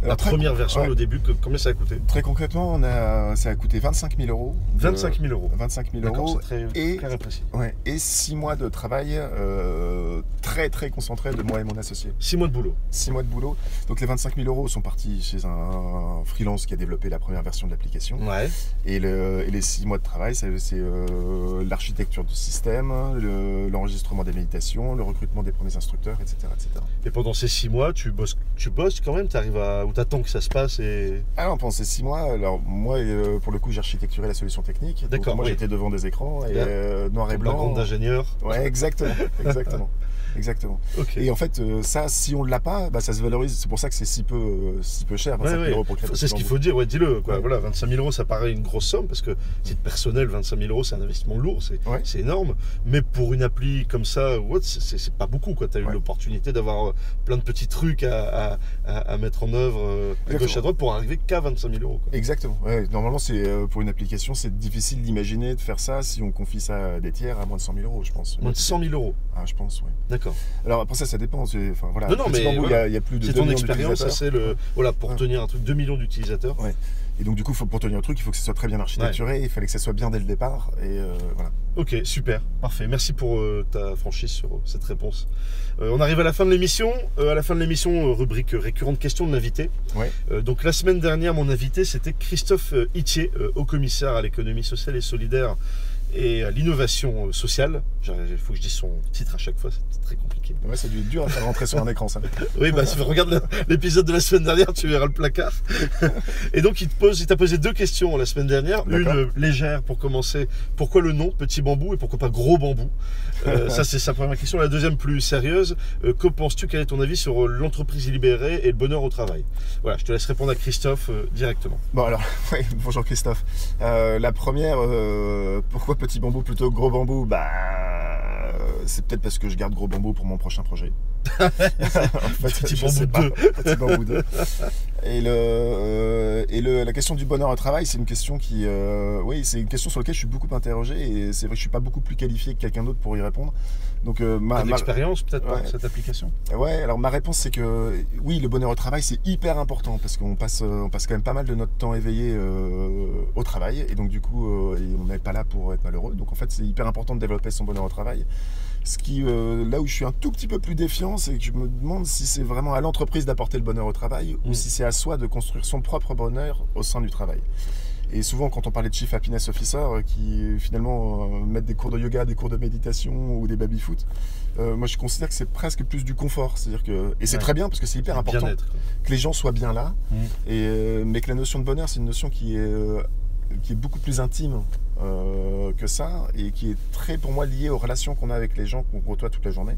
S1: La
S2: Alors, très,
S1: première version,
S2: ouais. Euh,
S1: au début, que- combien ça a coûté
S2: très concrètement, on a, ça a coûté 25 000 euros. de-
S1: 25 000 euros.
S2: 25 000
S1: D'accord,
S2: euros
S1: c'est très,
S2: et-
S1: clair et précis.
S2: ouais, et 6 mois de travail euh, très très concentré de moi et mon associé.
S1: 6 mois de boulot.
S2: 6 mois de boulot. Donc les 25 000 euros sont partis chez un freelance qui a développé la première version de l'application.
S1: Mmh. Ouais.
S2: Et, le- et les six mois de travail, c'est c'est, euh, l'architecture du système, le- l'enregistrement des méditations, le recrutement des premiers instructeurs, etc. etc.
S1: Et pendant ces 6 mois, tu bosses, tu bosses quand même, t'arrives à. ou t'attends que ça se passe et.
S2: Alors, Ah pendant ces six mois, alors moi, euh, pour le coup, j'ai architecturé la solution technique. Donc,
S1: D'accord,
S2: Moi,
S1: oui.
S2: j'étais devant des écrans et
S1: Bien.
S2: euh, noir et
S1: Ton
S2: blanc.
S1: background d'ingénieur.
S2: Ouais, exactement, exactement, exactement.
S1: Ok.
S2: Et en fait, euh, ça, si on l'a pas, bah, ça se valorise. C'est pour ça que c'est si peu, euh, si peu cher, 25
S1: Ouais,
S2: 000
S1: ouais.
S2: euros pour créer
S1: C'est ce
S2: un
S1: qu'il
S2: petit
S1: faut dire, ouais, dis-le. quoi.
S2: Ouais.
S1: Voilà, 25 000 euros, ça paraît une grosse somme parce que titre personnel, 25 000 euros, c'est un investissement lourd, c'est
S2: Ouais.
S1: c'est énorme. Mais pour une appli comme ça, what, c'est- c'est c'est pas beaucoup. Tu as eu
S2: Ouais.
S1: l'opportunité d'avoir euh, plein de petits trucs à, à- à- à mettre en œuvre euh, à gauche à
S2: Exactement.
S1: droite pour arriver qu'à 25 000 euros. quoi.
S2: Exactement. Ouais, normalement, c'est euh, pour une application, c'est difficile d'imaginer de faire ça si on confie ça à des tiers à moins de 100 000 euros, je pense.
S1: Moins de 100 000 euros.
S2: Ah, je pense, oui.
S1: D'accord.
S2: Alors après ça, ça dépend. c'est- Enfin voilà.
S1: Non, non, mais
S2: Petit Bambou, il y a-
S1: voilà.
S2: il y, a plus de
S1: C'est
S2: 2
S1: ton
S2: millions
S1: expérience, ça,
S2: d'utilisateurs.
S1: c'est le. Voilà, pour
S2: Ouais.
S1: tenir un truc, 2 millions d'utilisateurs.
S2: Et donc du coup, faut, pour tenir le truc, il faut que ce soit très bien architecturé. Il fallait que ça soit bien dès le départ. Et euh, voilà.
S1: Ok, super, parfait. Merci pour euh, ta franchise sur euh, cette réponse. Euh, on arrive à la fin de l'émission. Euh, à la fin de l'émission, euh, rubrique euh, récurrente question de l'invité.
S2: Ouais.
S1: Euh, donc la semaine dernière, mon invité, c'était Christophe euh, Ittier, euh, haut commissaire à l'économie sociale et solidaire et à l'innovation euh, sociale. Il faut que je dise son titre à chaque fois, c'est très compliqué.
S2: Ouais, ça a dû être dur à faire rentrer sur un écran ça.
S1: Oui, bah, si tu regardes le- l'épisode de la semaine dernière, tu verras le placard. Et donc, il te pose, il t'a posé deux questions la semaine dernière. Une
S2: D'accord.
S1: euh, légère pour commencer. Pourquoi le nom petit bambou et pourquoi pas gros bambou Euh, Ça, c'est sa première question. La deuxième plus sérieuse. euh, que penses-tu Quel est ton avis sur euh, l'entreprise libérée et le bonheur au travail Voilà, je te laisse répondre à Christophe euh, directement.
S2: Bon alors, ouais, bonjour Christophe. Euh, la première, euh, pourquoi petit bambou plutôt que gros bambou Bah, euh, c'est peut-être parce que je garde gros bambou pour mon prochain projet. En fait,
S1: Petit
S2: je
S1: bambou
S2: sais pas.
S1: deux.
S2: Petit bambou deux. Et le euh, et le, la question du bonheur au travail, c'est une question qui, euh, oui, c'est une question sur laquelle je suis beaucoup interrogé et c'est vrai que je suis pas beaucoup plus qualifié que quelqu'un d'autre pour y répondre. Donc euh, ma-
S1: T'as de
S2: ma-
S1: l'expérience peut-être par
S2: ouais.
S1: cette application
S2: Ouais, alors ma réponse c'est que oui, le bonheur au travail c'est hyper important parce qu'on passe, euh, on passe quand même pas mal de notre temps éveillé euh, au travail et donc du coup euh, et on n'est pas là pour être malheureux. Donc en fait c'est hyper important de développer son bonheur au travail. Ce qui, euh, là où je suis un tout petit peu plus défiant, c'est que je me demande si c'est vraiment à l'entreprise d'apporter le bonheur au travail
S1: Mm.
S2: ou si c'est à soi de construire son propre bonheur au sein du travail. Et souvent, quand on parlait de Chief Happiness Officer, euh, qui euh, finalement euh, mettent des cours de yoga, des cours de méditation ou des baby-foot, euh, moi je considère que c'est presque plus du confort. C'est-à-dire que, et c'est
S1: Ouais.
S2: très bien parce que c'est hyper important
S1: Bien-être. quoi.
S2: que les gens soient bien là,
S1: Mm.
S2: et, euh, mais que la notion de bonheur, c'est une notion qui est, euh, qui est beaucoup plus intime euh, que ça, et qui est très pour moi liée aux relations qu'on a avec les gens qu'on côtoie toute la journée.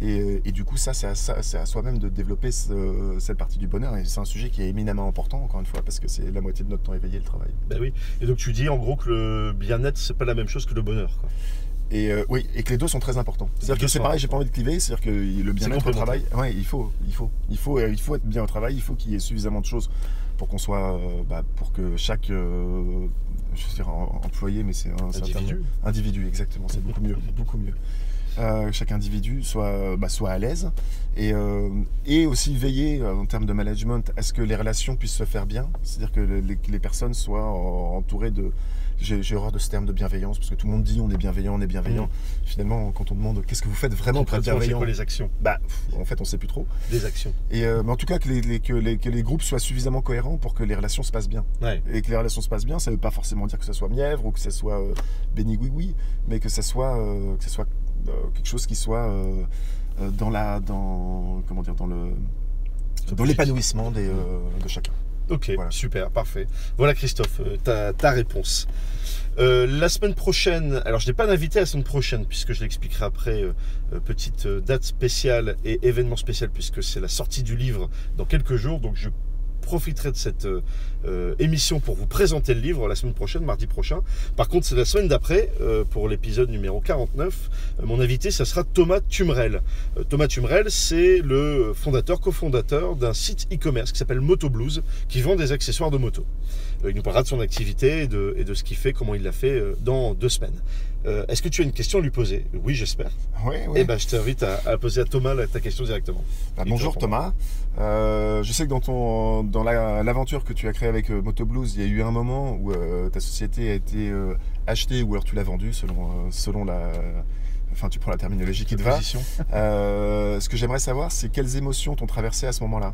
S2: Et, euh, et du coup, ça, c'est à, ça- c'est à soi-même de développer ce- cette partie du bonheur, et c'est un sujet qui est éminemment important, encore une fois, parce que c'est la moitié de notre temps éveillé, le travail.
S1: Ben oui. Et donc, tu dis en gros que le bien-être, c'est pas la même chose que le bonheur. quoi.
S2: Et euh, oui, et que les deux sont très importants.
S1: Les
S2: C'est-à-dire
S1: deux
S2: que c'est
S1: sont
S2: pareil, j'ai pas envie de cliver, c'est-à-dire que le bien-être au travail,
S1: complémentaire.
S2: ouais, il faut, il faut, il faut, euh, il faut être bien au travail, il faut qu'il y ait suffisamment de choses pour qu'on soit, euh, bah, pour que chaque, euh, je veux dire en- employé, mais c'est un c'est un terme-
S1: Individu.
S2: individu, exactement, c'est beaucoup mieux, beaucoup mieux. euh, chaque individu soit, bah, soit à l'aise et, euh, et aussi veiller euh, en termes de management à ce que les relations puissent se faire bien, c'est-à-dire que le- les, les personnes soient en- entourées de... J'ai j'ai horreur de ce terme de bienveillance parce que tout le monde dit on est bienveillant, on est bienveillant. Finalement, quand on demande Mm. qu'est-ce que vous faites vraiment pour être
S1: Concrètement, c'est
S2: bienveillant,
S1: quoi les actions
S2: bah, pff, en fait on sait plus trop.
S1: Des actions.
S2: Et, euh, mais en tout cas, que les, les- que, les, que les groupes soient suffisamment cohérents pour que les relations se passent bien.
S1: Ouais.
S2: Et que les relations se passent bien, ça ne veut pas forcément dire que ça soit mièvre ou que ça soit euh, béni oui oui, mais que ça soit, euh, que ça soit euh, quelque chose qui soit euh, euh, dans la, dans comment dire, dans le, dans l'épanouissement des, euh, de chacun.
S1: Ok,
S2: Voilà.
S1: super, parfait. Voilà Christophe, euh, ta, ta réponse. Euh, la semaine prochaine, alors je n'ai pas d'invité la semaine prochaine puisque je l'expliquerai après, euh, euh, petite euh, date spéciale et événement spécial puisque c'est la sortie du livre dans quelques jours, donc je profiterai de cette euh, euh, émission pour vous présenter le livre la semaine prochaine, mardi prochain. Par contre, c'est la semaine d'après, euh, pour l'épisode numéro 49, euh, mon invité, ça sera Thomas Tumrel. Euh, Thomas Tumrel, c'est le fondateur, cofondateur d'un site e-commerce qui s'appelle Motoblues, qui vend des accessoires de moto. Euh, il nous parlera de son activité et de, et de ce qu'il fait, comment il l'a fait euh, dans deux semaines. Euh, Est-ce que tu as une question à lui poser Oui, j'espère.
S2: Oui, oui.
S1: Eh ben, je t'invite à, à poser à Thomas la- ta question directement.
S2: Bah,
S1: Il
S2: bonjour
S1: te
S2: Thomas. Euh, je sais que dans, ton, dans la- l'aventure que tu as créée avec euh, Moto Blues, il y a eu un moment où euh, ta société a été euh, achetée ou alors tu l'as vendue selon, euh, selon la. Enfin, tu prends la terminologie qui te va.
S1: Position.
S2: Euh, ce que j'aimerais savoir, c'est quelles émotions t'ont traversé à ce moment-là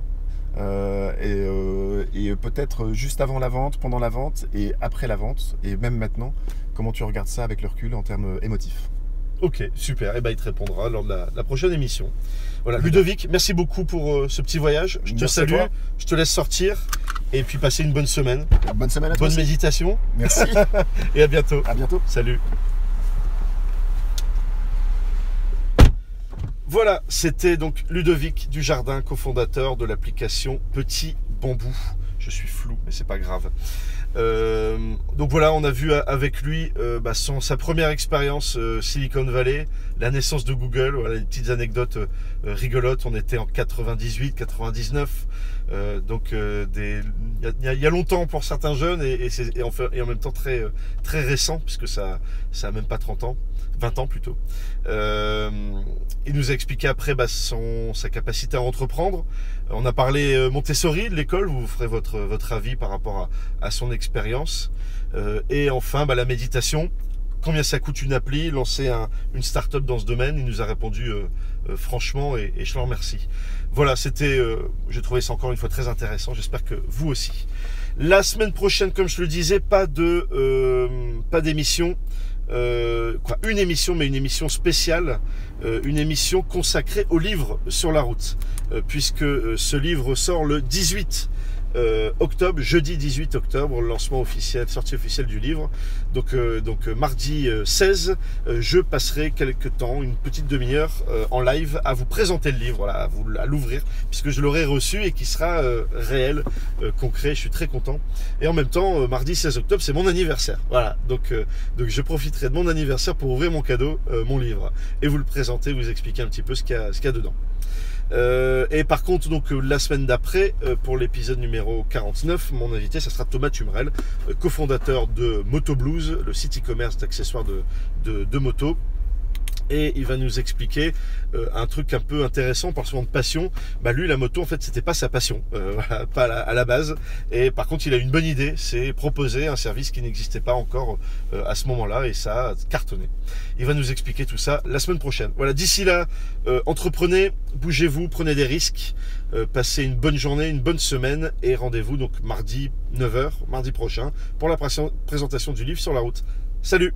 S2: Euh, et, euh, et peut-être juste avant la vente, pendant la vente et après la vente, et même maintenant, comment tu regardes ça avec le recul en termes euh, émotifs
S1: Ok, super. Eh ben, il te répondra lors de la, la prochaine émission. Voilà, Ludovic, merci beaucoup pour euh, ce petit voyage. Je te
S2: Merci à
S1: salue,
S2: toi.
S1: je te laisse sortir et puis passer une bonne semaine.
S2: Bonne semaine à toi.
S1: Bonne
S2: aussi.
S1: méditation
S2: Merci.
S1: et à bientôt.
S2: à bientôt.
S1: Salut. Voilà, c'était donc Ludovic Dujardin, cofondateur de l'application Petit Bambou. Je suis flou, mais c'est pas grave. Euh, donc voilà, on a vu a- avec lui euh, bah, son- sa première expérience euh, Silicon Valley, la naissance de Google, voilà, les petites anecdotes euh, euh, rigolotes. On était en 98, 99, euh, donc euh, des- il y a- il y, a- il y a longtemps pour certains jeunes et, et c'est- et en, fait- et en même temps très, euh, très récent, puisque ça, ça a même pas 30 ans, 20 ans plutôt. Euh, il nous a expliqué après bah, son, sa capacité à entreprendre. On a parlé euh, Montessori, de l'école, vous ferez votre, votre avis par rapport à, à son expérience. Euh, et enfin, bah, la méditation. Combien ça coûte une appli, lancer un- une start-up dans ce domaine Il nous a répondu euh, euh, franchement et, et je l'en remercie. Voilà, c'était, euh, j'ai trouvé ça encore une fois très intéressant. J'espère que vous aussi. La semaine prochaine, comme je le disais, pas de euh, pas d'émission. Euh, quoi, une émission, mais une émission spéciale, euh, une émission consacrée au livre sur la route, euh, puisque euh, ce livre sort le 18 euh, octobre, jeudi 18 octobre, le lancement officiel, sortie officielle du livre. Donc, euh, donc euh, mardi euh, 16, euh, je passerai quelques temps, une petite demi-heure euh, en live à vous présenter le livre, voilà, à, vous- à l'ouvrir, puisque je l'aurai reçu et qui sera euh, réel euh, concret. Je suis très content. Et en même temps, euh, mardi 16 octobre, c'est mon anniversaire. Voilà. Donc, euh, donc je profiterai de mon anniversaire pour ouvrir mon cadeau, euh, mon livre, et vous le présenter, vous expliquer un petit peu ce qu'il y a, ce qu'il y a dedans. Euh, et par contre, donc euh, la semaine d'après, euh, pour l'épisode numéro 49, mon invité, ça sera Thomas Tumrel, euh, cofondateur de Moto Blues, le site e-commerce d'accessoires de, de, de moto. Et il va nous expliquer euh, un truc un peu intéressant par son de passion. Bah lui, la moto, en fait, c'était pas sa passion, euh, voilà, pas à la, à la base. Et par contre, il a une bonne idée, c'est proposer un service qui n'existait pas encore euh, à ce moment-là, et ça a cartonné. Il va nous expliquer tout ça la semaine prochaine. Voilà, d'ici là, euh, entreprenez, bougez-vous, prenez des risques, euh, passez une bonne journée, une bonne semaine, et rendez-vous donc mardi 9h, mardi prochain, pour la pré- présentation du livre sur la route. Salut